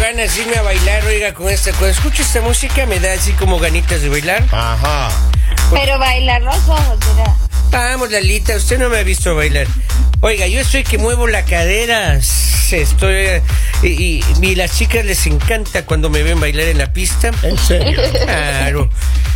ganas de irme a bailar, oiga, con este esta cosa. Escucho esta música, me da así como ganitas de bailar. Ajá. Pero bailar los ojos, ¿verdad? Vamos, Lalita, usted no me ha visto bailar. Oiga, yo estoy que muevo la cadera. se- Estoy. Y, y- y las chicas les encanta cuando me ven bailar en la pista. En serio. Claro.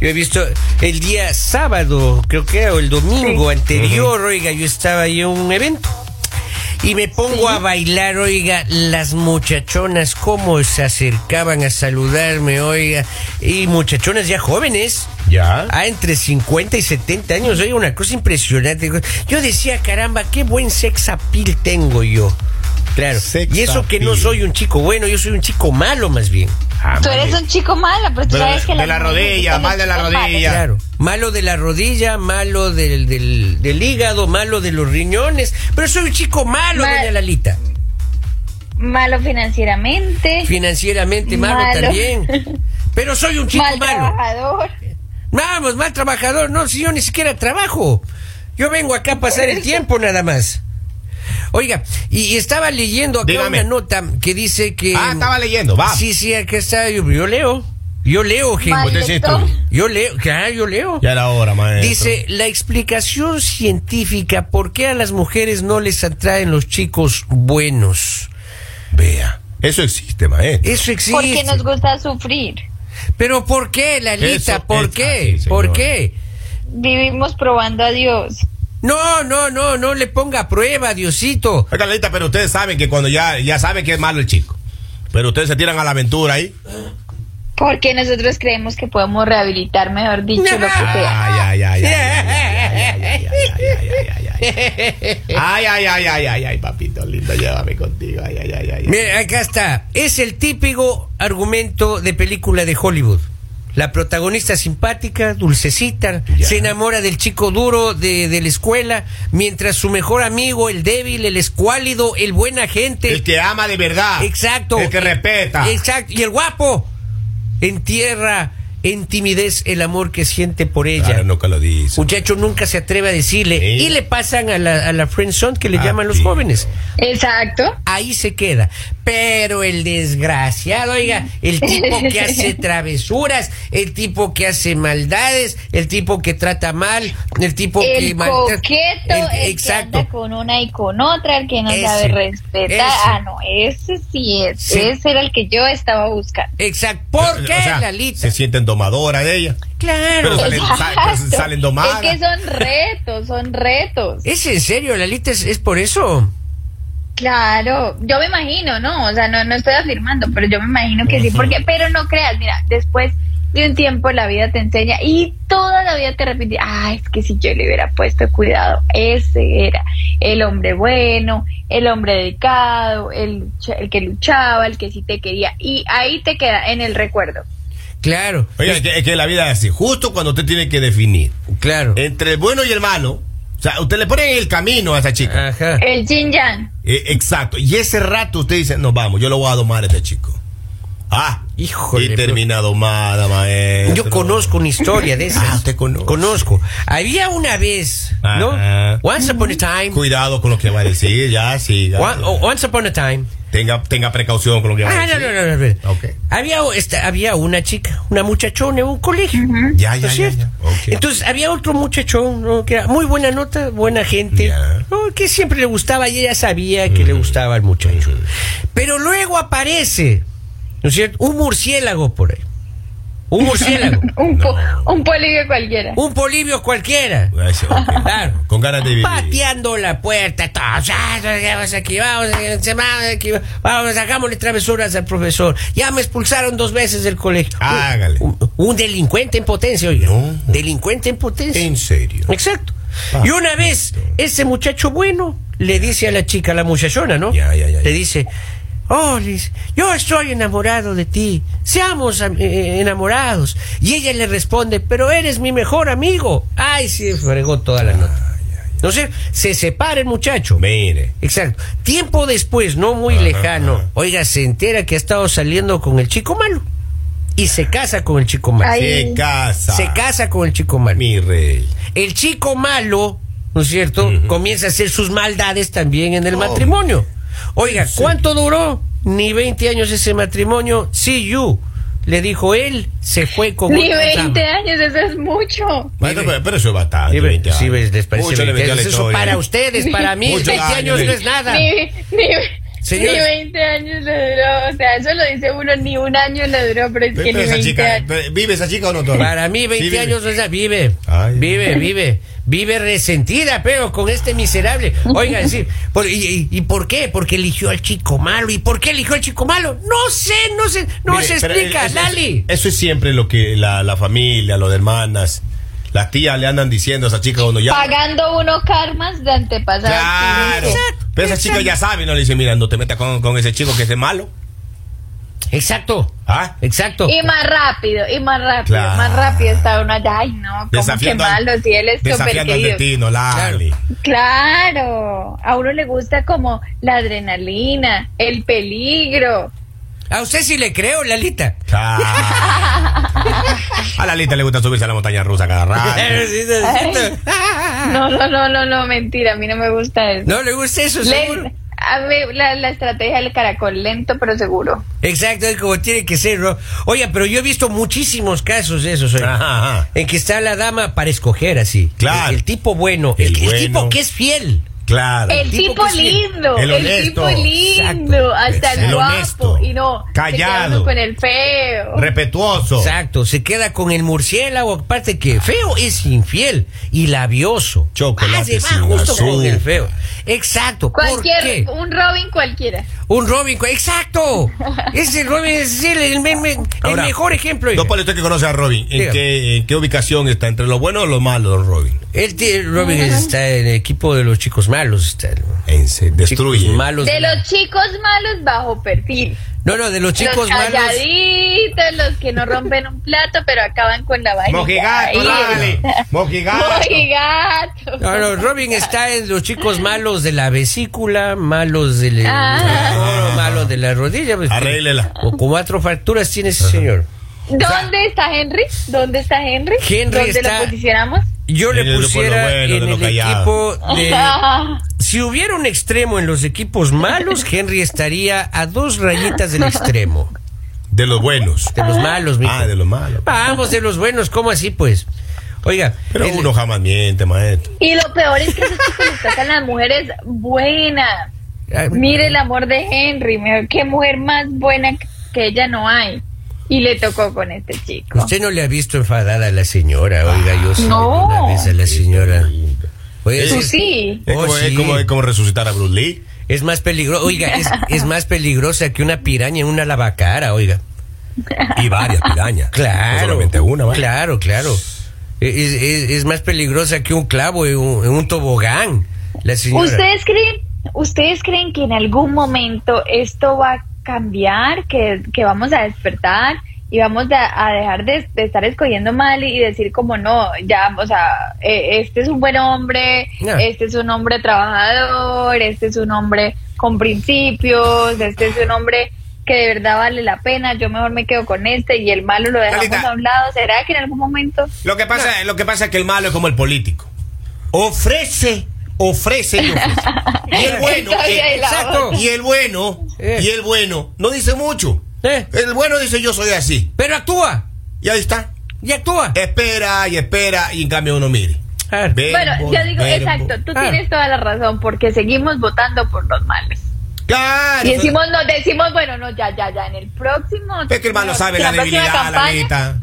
Yo he visto el día sábado, creo que, o el domingo anterior, oiga, yo estaba ahí en un evento. Y me pongo a bailar, oiga, las muchachonas, cómo se acercaban a saludarme, oiga. Y muchachonas ya jóvenes. Ya. Ah, entre 50 y 70 años, oiga, una cosa impresionante. Yo decía, caramba, qué buen sex appeal tengo yo. Claro. Sex y eso que no appeal. soy un chico bueno, yo soy un chico malo más bien. Ah, Tú madre. eres un chico malo, pero tú De la- sabes que de las la mujeres rodilla, gustan los mal de la chicos malos. rodilla. Claro. Malo de la rodilla, malo del, del, del hígado, malo de los riñones. Pero soy un chico malo, Mal- doña Lalita. Malo financieramente. Financieramente malo, Malo. también. Pero soy un chico mal malo. trabajador. Vamos, mal trabajador. No, si yo ni siquiera trabajo. Yo vengo acá a pasar el tiempo nada más. Oiga, y, y estaba leyendo acá Dígame. una nota que dice que... Ah, estaba leyendo, va. Sí, sí, acá está. Yo, yo leo. Yo leo, gente. Pues decís tú. Maletón. Yo leo. Claro, yo leo. Ya era hora, maestro. Dice, la explicación científica por qué a las mujeres no les atraen los chicos buenos. Vea. Eso existe, maestro. Eso Porque existe. nos gusta sufrir. Pero ¿por qué, Lalita? Eso ¿Por es qué? así, ¿Por señor. qué? Vivimos probando a Dios. No, no, no, no le ponga a prueba, Diosito. Oiga, Lalita, pero ustedes saben que cuando ya, ya saben que es malo el chico. Pero ustedes se tiran a la aventura ahí. Porque nosotros creemos que podemos rehabilitar, mejor dicho, lo que sea. Ay, ay, ay, ay, ay, ay, ay, ay, ay, ay, ay, ay, ay, ay, ay, ay, ay, ay, ay, papito lindo, llévame contigo. Ay, ay, ay, ay, ay. Mira, acá está. Es el típico argumento de película de Hollywood. La protagonista simpática, dulcecita, Ya. se enamora del chico duro de, de la escuela, mientras su mejor amigo, el débil, el escuálido, el buena gente, El que ama de verdad. Exacto. El que respeta. Exacto. Y el guapo entierra en timidez el amor que siente por ella. Claro, nunca lo dice. Muchacho nunca se atreve a decirle. Sí. Y le pasan a la, a la friendzone que le Ah, llaman los sí. jóvenes. Exacto. Ahí se queda. Pero el desgraciado, oiga, el tipo que hace travesuras, el tipo que hace maldades, el tipo que trata mal, el tipo que El maltrata- coqueto, el- el, que anda con una y con otra, el que no Ese, sabe respetar. ese. Ah, no, ese sí es. Sí. Ese era el que yo estaba buscando. Exacto. ¿Por qué, O sea, Lalita? Se sienten domadoras de ella. Claro. Pero salen, Exacto. salen, salen Es domadas. que son retos, son retos. ¿Es en serio, Lalita? ¿Es, es por eso? Claro, yo me imagino, ¿no? O sea, no, no estoy afirmando, pero yo me imagino que sí, porque, pero no creas, mira, después de un tiempo la vida te enseña y toda la vida te repite, ah, es que si yo le hubiera puesto cuidado, ese era el hombre bueno, el hombre dedicado, el, lucha- el que luchaba, el que sí te quería, y ahí te queda en el recuerdo. Claro. Oiga, es que, es que la vida es así. Justo cuando usted tiene que definir Claro. entre el bueno y el malo, o sea, usted le pone el camino a esa chica. Ajá. El yin yang. Eh, exacto. Y ese rato usted dice, nos vamos, yo lo voy a domar a este chico. Ah, Híjole, Y termina domada, maestro. Yo conozco una historia de esas. Ah, usted conoce. Conozco. Había una vez, Ajá. ¿no? Once upon a time. Cuidado con lo que va a decir, ya, sí. ya. One- oh, once upon a time. tenga, tenga precaución con lo que va Ah, a no, decir. no, no, no, no. Ok. Había, o- esta- había una chica, una muchachona en un colegio. Ya, ¿No ya, es ya, cierto? ya. Ok. Entonces había otro muchachón ¿no? que era muy buena nota, buena gente, Ya. ¿no? que siempre le gustaba y ella sabía que le gustaba al muchacho. Pero luego aparece, ¿no es cierto? Un murciélago por ahí. Un murciélago. Un, po- No. un polivio cualquiera. un polibio cualquiera. Ah, sí, ok. Claro. Con ganas de vivir. Pateando la puerta, todos, "Ah, vamos aquí, vamos aquí, se va aquí, vamos, hagámosle travesuras al profesor. Ya me expulsaron dos veces del colegio. Un- Hágale. Un, un delincuente en potencia, oiga. No. Delincuente en potencia. En serio. Exacto. Ah, y una vez, ese muchacho bueno le dice a la chica, a la muchachona, ¿no? Ya, ya, ya, Le ya. dice, oh, Liz, yo estoy enamorado de ti, seamos am- eh, enamorados. Y ella le responde, pero eres mi mejor amigo. Ay, se fregó toda la nota. Entonces, se separa el muchacho. Mire. Exacto. Tiempo después, no muy Ajá, lejano, ajá. oiga, se entera que ha estado saliendo con el chico malo. Y se casa con el chico malo. Ay. Se casa. Se casa con el chico malo. Mi rey. El chico malo, ¿no es cierto? Comienza a hacer sus maldades también en el Oh. matrimonio. Oiga, ¿cuánto duró? ni 20 años ese matrimonio, sí, you. Le dijo él, se fue con Ni otra 20 chama. años, eso es mucho. Bueno, Sí, pero, pero eso es bastante. Sí, ve- 20 sí, pues, años. ves, les parece Ah, Mucho le 20 metió a la años. Eso historia. para ustedes, para mí, Muchos 20 años años. no es nada. Ni, ni, Señor. ni 20 años le duró. O sea, eso lo dice uno, ni un año le duró, pero es Ve- que pero ni esa 20 chica, años. ve- ¿Vive esa chica o no todavía? Para mí, 20 Sí, vive. años no es nada. Vive, Ay. vive, vive. Vive resentida, pero con este miserable. Oiga, decir, por- y, y- y por qué? Porque eligió al chico malo. ¿Y por qué eligió al chico malo? No sé, no sé, no Mire, se pero explica, es- es- Lali. Eso es siempre lo que la, la familia, los hermanas, las tías le andan diciendo a esa chica cuando ya. Pagando uno karmas de antepasados. Claro. Exacto, Pero esa chica ya sabe, no le dice, mira, no te metas con, con ese chico que es de malo. Exacto, ¿Ah? exacto. Y más rápido, y más rápido, Claro. más rápido está uno allá. Ay, no, como que Desafiando al- malo, si él es súper Desafiando al querido. destino, Lali. Claro, a uno le gusta como la adrenalina, el peligro. A usted sí le creo, Lalita. Claro. A Lalita le gusta subirse a la montaña rusa cada rato. Sí, sí, sí. Ah. No, no, no, no, no, mentira, a mí no me gusta eso. No le gusta eso, Le- seguro. a mí la, la estrategia del caracol, lento pero seguro. Exacto, es como tiene que ser, ¿no? Oye, pero yo he visto muchísimos casos de esos. oye. Ajá, ajá. En que está la dama para escoger así. Claro. El, el tipo bueno. El El, el bueno. tipo que es fiel. Claro. El tipo tipo que sí, lindo, el el, honesto, tipo lindo, exacto, hasta el, el guapo honesto, y no se callado. queda uno con el feo. Respetuoso. Exacto. Se queda con el murciélago. Aparte que feo es infiel y labioso. Chocolate Ah, se va sin justo con azúcar. el feo. Exacto. ¿por qué? Cualquier, un Robin cualquiera. Un Robin. cu- Exacto. Ese Robin es el, el me- me- el Ahora, mejor ejemplo. oiga. Don Pablo, usted que conoce a Robin, ¿en Dígame. qué, en qué ubicación está? ¿Entre lo bueno o lo malo, don Robin? El t- Robin está en el equipo de los chicos malos. Está, ¿no? En- se destruye. Chicos malos. De de la- los chicos malos bajo perfil. No, no, de los chicos los malos. calladitos, los que no rompen un plato, pero acaban con la vaina. Mojigato, Lali. Mojigato. Mojigato. No, no, Robin está en los chicos malos de la vesícula, malos del del Ah. codo, malos de la rodilla. pues, Arréglela. O cuatro fracturas tiene ese señor. ¿Dónde está Henry? ¿Dónde está Henry? Henry ¿Dónde está- lo posicionamos? Yo En le el grupo de lo pusiera bueno, de en lo el callado. equipo de... Ah. Si hubiera un extremo en los equipos malos, Henry estaría a dos rayitas del extremo. De los buenos. De los malos, mijo. Ah, de los malos. Vamos, de los buenos, ¿cómo así pues? Oiga, Pero el- uno jamás miente, maestro. Y lo peor es que esos chicos les tocan las mujeres buenas. Ah, Mire el amor de Henry, mira, qué mujer más buena que ella no hay. Y le tocó con este chico. Usted no le ha visto enfadada a la señora, oiga, yo sí No. una vez a la señora. Oye, Pues Tú es- sí. Es, Oh, como, es sí. como- es como resucitar a Bruce Lee. Es más peligrosa, oiga, es, es más peligrosa que una piraña en una lavacara, oiga. Y varias pirañas. Claro. No solamente una, ¿vale? Claro, claro. Es, es- es más peligrosa que un clavo en un, en un tobogán, la señora. ¿Ustedes creen, ¿Ustedes creen que en algún momento esto va a cambiar, que, que vamos a despertar y vamos a, a dejar de, de estar escogiendo mal y decir como no, ya, o sea, eh, este es un buen hombre, No. este es un hombre trabajador, este es un hombre con principios, este es un hombre que de verdad vale la pena, yo mejor me quedo con este y el malo lo dejamos Lalita. a un lado, ¿será que en algún momento? Lo que pasa, lo que pasa es que el malo es como el político. Ofrece, ofrece y ofrece. Y el bueno, Entonces, eh, la exacto. otra. y el bueno, Eh. y el bueno no dice mucho. Eh. El bueno dice yo soy así. Pero actúa, Y ahí está. y actúa. Eh, Espera y espera y en cambio uno mire. Ah, Verbo, Bueno, yo digo, verbo. exacto, tú Ah. tienes toda la razón, porque seguimos votando por los malos. Claro. Y decimos, nos decimos, bueno, no, ya, ya, ya, en el próximo. Es que el malo mejor, sabe en la próxima debilidad, la neta.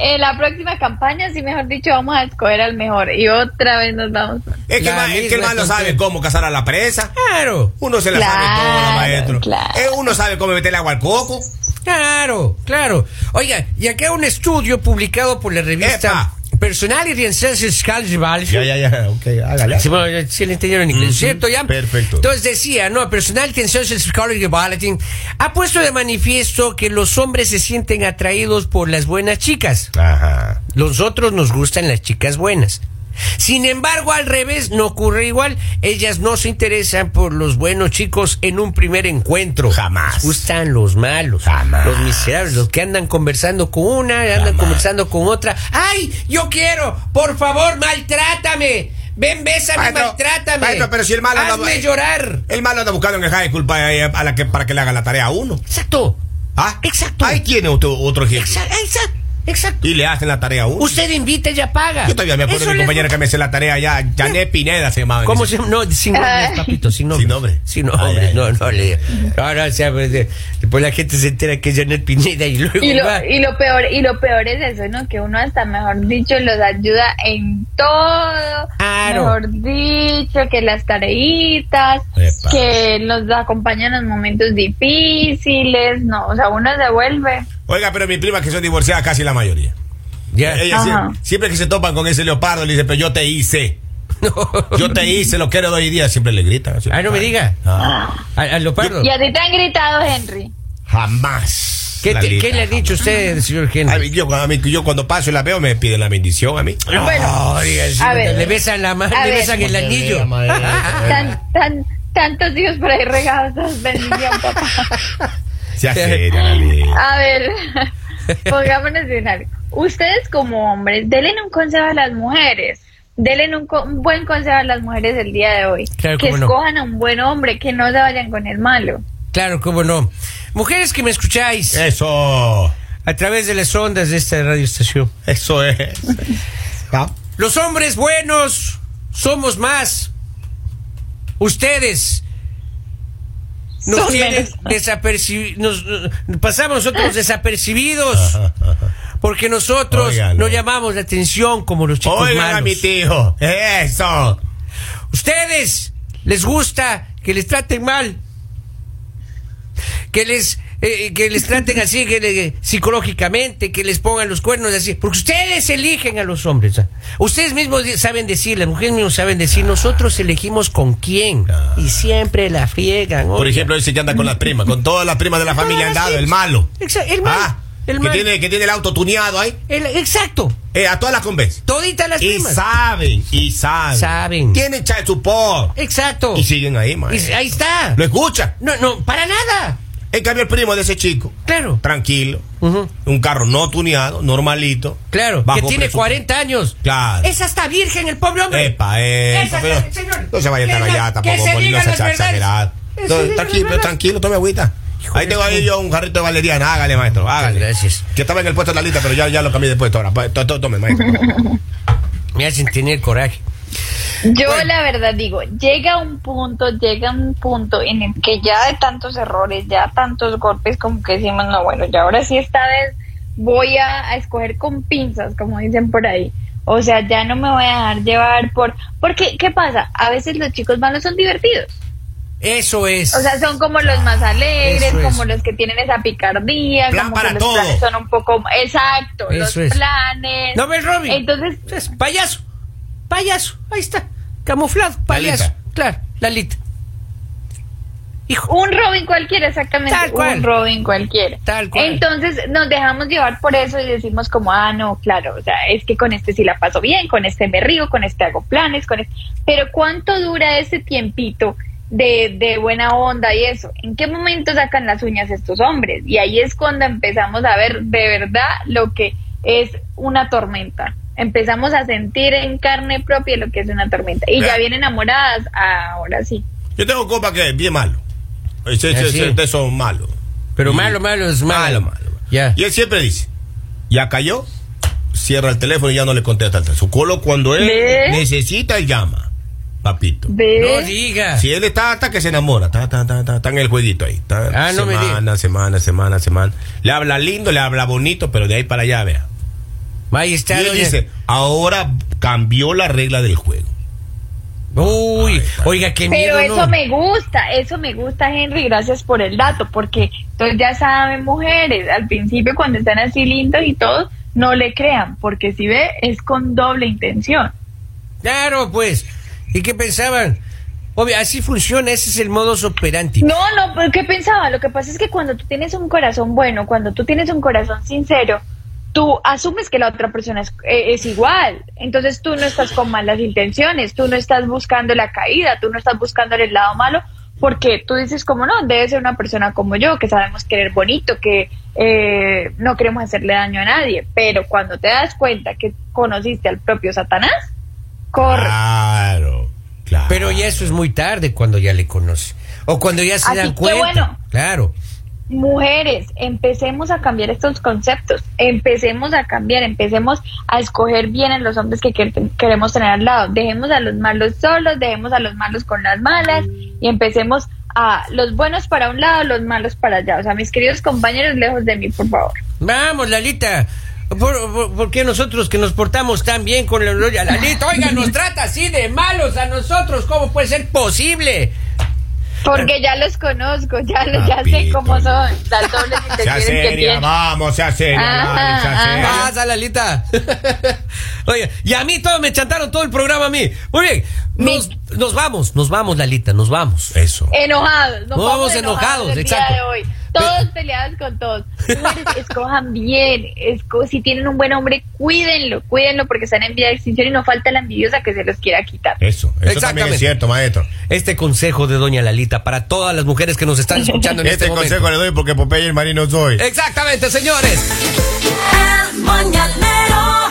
En la próxima campaña, sí, mejor dicho, vamos a escoger al mejor. Y otra vez nos vamos. Es que, La el ma- es que el misma malo sabe tontería. cómo cazar a la presa. Claro, Uno se la sabe Claro, toda, maestro. claro. Eh, uno sabe cómo meterle agua al coco. claro, claro. Oiga, y acá un estudio publicado por la revista Personality and Census Calibration. ya, ya. Ok, hágale. Sí, bueno, ya- sí le entendieron en inglés, Ujú, ¿cierto? Ya. perfecto. Entonces decía, no, personal tensión Psychology Bulletin ha puesto de manifiesto que los hombres se sienten atraídos por las buenas chicas. pues. Ajá. Los otros nos gustan las chicas buenas. Sin embargo, al revés, no ocurre igual. Ellas no se interesan por los buenos chicos en un primer encuentro. Jamás. Les gustan los malos. Jamás. Los miserables, los que andan conversando con una, andan Jamás. conversando con otra. ¡Ay! ¡Yo quiero! ¡Por favor, maltrátame! Ven, bésame, Maestro, maltrátame. maestro, pero si el malo Hazme no- llorar. El malo anda buscando en el high school para, eh, a la que, para que le haga la tarea a uno. Exacto. ¿Ah? Exacto. Ahí tiene otro, otro ejemplo. Exacto. Exacto. Y le hacen la tarea a uno. Usted invita, ella paga. Yo todavía me acuerdo Eso de mi le- compañera que me hace la tarea ya. Janet Pineda se llamaba. ¿Cómo se llama? No, sin nombre, Ay. papito, sin nombre. Sin nombre. Sin nombre, Ay, ay, no, no, le digo. No, no, o sea, pues, eh, después la gente se entera que es Janet Pineda y luego Y va. lo, y lo peor y lo peor es eso, ¿no? Que uno hasta, mejor dicho, los ayuda en todo. Claro. Mejor dicho, que las tareitas, Epa. que nos acompaña en los momentos difíciles, no, o sea, uno se vuelve. Oiga, pero mis primas que son divorciadas casi la mayoría. Ya. Ellas sie- Ajá. siempre, que se topan con ese leopardo le dicen, pero yo te hice. No. Yo te hice, lo quiero de hoy día. Siempre le gritan. así. Ah, no me diga. Ah, A, a Leopardo. Y a ti te han gritado, Henry. jamás. ¿Qué, la te- grita. ¿Qué le ha dicho usted, señor Henry? A mí, yo, a mí- yo cuando paso y la veo me piden la bendición a mí. No, oiga, sí, a ver. le besan la mano, A le ver. besan el anillo. Tan, tan, tantos hijos por ahí regados, tan bendición, papá. Se hace, dale. A ver, pongámonos en algo. Ustedes como hombres, denle un consejo a las mujeres. Denle un, co- un buen consejo a las mujeres el día de hoy. Claro, que cómo no. escojan a un buen hombre, que no se vayan con el malo. Claro, cómo no. Mujeres que me escucháis Eh. Eso. a través de las ondas de esta radioestación. Eso es. ¿Ah? Los hombres buenos somos más. Ustedes nos Son tienen menos. Ah. desapercibi- nos- nos- pasamos nosotros desapercibidos Ajá, ajá. porque nosotros Óigalo. no llamamos la atención como los chicos Oigan a malos. mi tío. Eso. Ustedes les gusta que les traten mal, que les eh, que les traten así, que le- psicológicamente, que les pongan los cuernos así, porque ustedes eligen a los hombres. ¿ah? Ustedes mismos di- saben decir, las mujeres mismos saben decir, nosotros elegimos con quién y siempre la friegan. Por oiga. ejemplo, ese que anda con las primas, con todas las primas de la familia Todas las andado, el primas. malo. Exa- el malo, Ah, el que, malo. Tiene, que tiene el auto tuneado ahí. El- exacto, Eh, a todas las convence. toditas las Y primas. saben, y saben. Saben. Tienen child support. Exacto. Y siguen ahí, Y maestro. ahí está. Lo escuchan. No, no, para nada. En cambio, el primo de ese chico, Claro. tranquilo. Ujú. Un carro no tuneado, normalito. Claro, bajo que tiene presupuesto. 40 años. Claro. Es hasta virgen el pobre hombre. Epa, epa, Esa, pero señor. no se vaya tan Que allá la- que tampoco, se Molino, digan esa las verdades. exagerada. Que No, se digan tranquilo, las verdades. tranquilo, tome agüita. Hijo ahí de tengo ahí puta. yo un jarrito de valeriana, hágale maestro, hágale. gracias. Que estaba en el puesto de la lista, pero ya, ya lo cambié de puesto ahora. Pues, to- to- Tome, maestro. Me hacen tener coraje. Yo la verdad digo, llega un punto, llega un punto en el que ya de tantos errores, ya tantos golpes, como que decimos, no, bueno, ya ahora sí esta vez voy a, a escoger con pinzas, como dicen por ahí. O sea, ya no me voy a dejar llevar por... Porque, ¿qué pasa? A veces los chicos malos son divertidos. Eso es. O sea, son como los más alegres, Eso es. como los que tienen esa picardía, Plan como para que los todo. planes son un poco... Exacto, Eso los es. planes. ¿No ves, Robin? Entonces, Es payaso. Payaso. Ahí está. Camuflado. Payaso. Lalita. Claro, Lalita. Hijo. Un Robin cualquiera, exactamente. Tal cual. Un Robin cualquiera. Tal cual. Entonces nos dejamos llevar por eso y decimos como, ah, no, claro, o sea, es que con este sí la paso bien, con este me río, con este hago planes, con este... Pero ¿cuánto dura ese tiempito de, de buena onda y eso? ¿En qué momento sacan las uñas estos hombres? Y ahí es cuando empezamos a ver de verdad lo que es una tormenta. Empezamos a sentir en carne propia lo que es una tormenta. Y ya Vea. bien enamoradas, ahora sí. Yo tengo un compa que es bien malo. Ese, ese- Ah, sí. ese- de esos malos. Pero Y- malo, malo es malo. Malo, malo. Ya. Y él siempre dice, ya cayó, cierra el teléfono y ya no le contesta al teléfono. Solo cuando él ¿Ve? necesita, él llama. Papito. No ¿Ves? diga. Si él está hasta que se enamora, está, está, está, está, está en el jueguito ahí. Está Ah, no me diga. semana, semana, semana, semana. Le habla lindo, le habla bonito, pero de ahí para allá, vea. Ahí Y está. él doña. dice, ahora cambió la regla del juego. Uy, Ahí está. oiga, qué miedo. Pero eso ¿no? me gusta, eso me gusta, Henry, gracias por el dato, porque entonces ya saben, mujeres, al principio cuando están así lindos y todo, no le crean, porque si ve, es con doble intención. Claro, pues. ¿Y qué pensaban? Obvio, así funciona, ese es el modus operandi. No, no, pero ¿qué pensaba? Lo que pasa es que cuando tú tienes un corazón bueno, cuando tú tienes un corazón sincero, tú asumes que la otra persona es, eh, es igual. Entonces tú no estás con malas intenciones, tú no estás buscando la caída, tú no estás buscando el lado malo, porque tú dices como no, debe ser una persona como yo, que sabemos querer bonito, que eh, no queremos hacerle daño a nadie. Pero cuando te das cuenta que conociste al propio Satanás, corre. Ah, Claro. Pero ya eso es muy tarde cuando ya le conoce. O cuando ya se Así dan que cuenta. bueno. Claro. Mujeres, empecemos a cambiar estos conceptos, empecemos a cambiar, empecemos a escoger bien a los hombres que quer- queremos tener al lado. Dejemos a los malos solos, dejemos a los malos con las malas y empecemos a los buenos para un lado, los malos para allá. O sea, mis queridos compañeros, lejos de mí, por favor. Vamos, Lalita. ¿Por, por, por qué nosotros que nos portamos tan bien con la gloria? Lalita, oiga, nos trata así de malos a nosotros. ¿Cómo puede ser posible? Porque ya los conozco, ya, los- ya sé Papito, cómo no. son las dobles Sea intenciones que seria, tienen. vamos, sea seria. Ajá, vale, sea ajá. seria. Pasa, Lalita. Oye, y a mí todos me chantaron todo el programa a mí. Muy bien. Nos, nos vamos, nos vamos, Lalita, nos vamos. Eso. Eh. Enojados, nos Nos vamos vamos enojados, enojados, el exacto. día de hoy. Todos peleados con todos. Mujeres, Escojan bien, esco- si tienen un buen hombre, cuídenlo, cuídenlo porque están en vía de extinción y no falta la envidiosa que se los quiera quitar. Eso. Eso también Exactamente. es cierto, maestro. Este consejo de Doña Lalita para todas las mujeres que nos están escuchando en este, Este momento. consejo le doy porque Popeye el marino soy. Exactamente, señores. El mañanero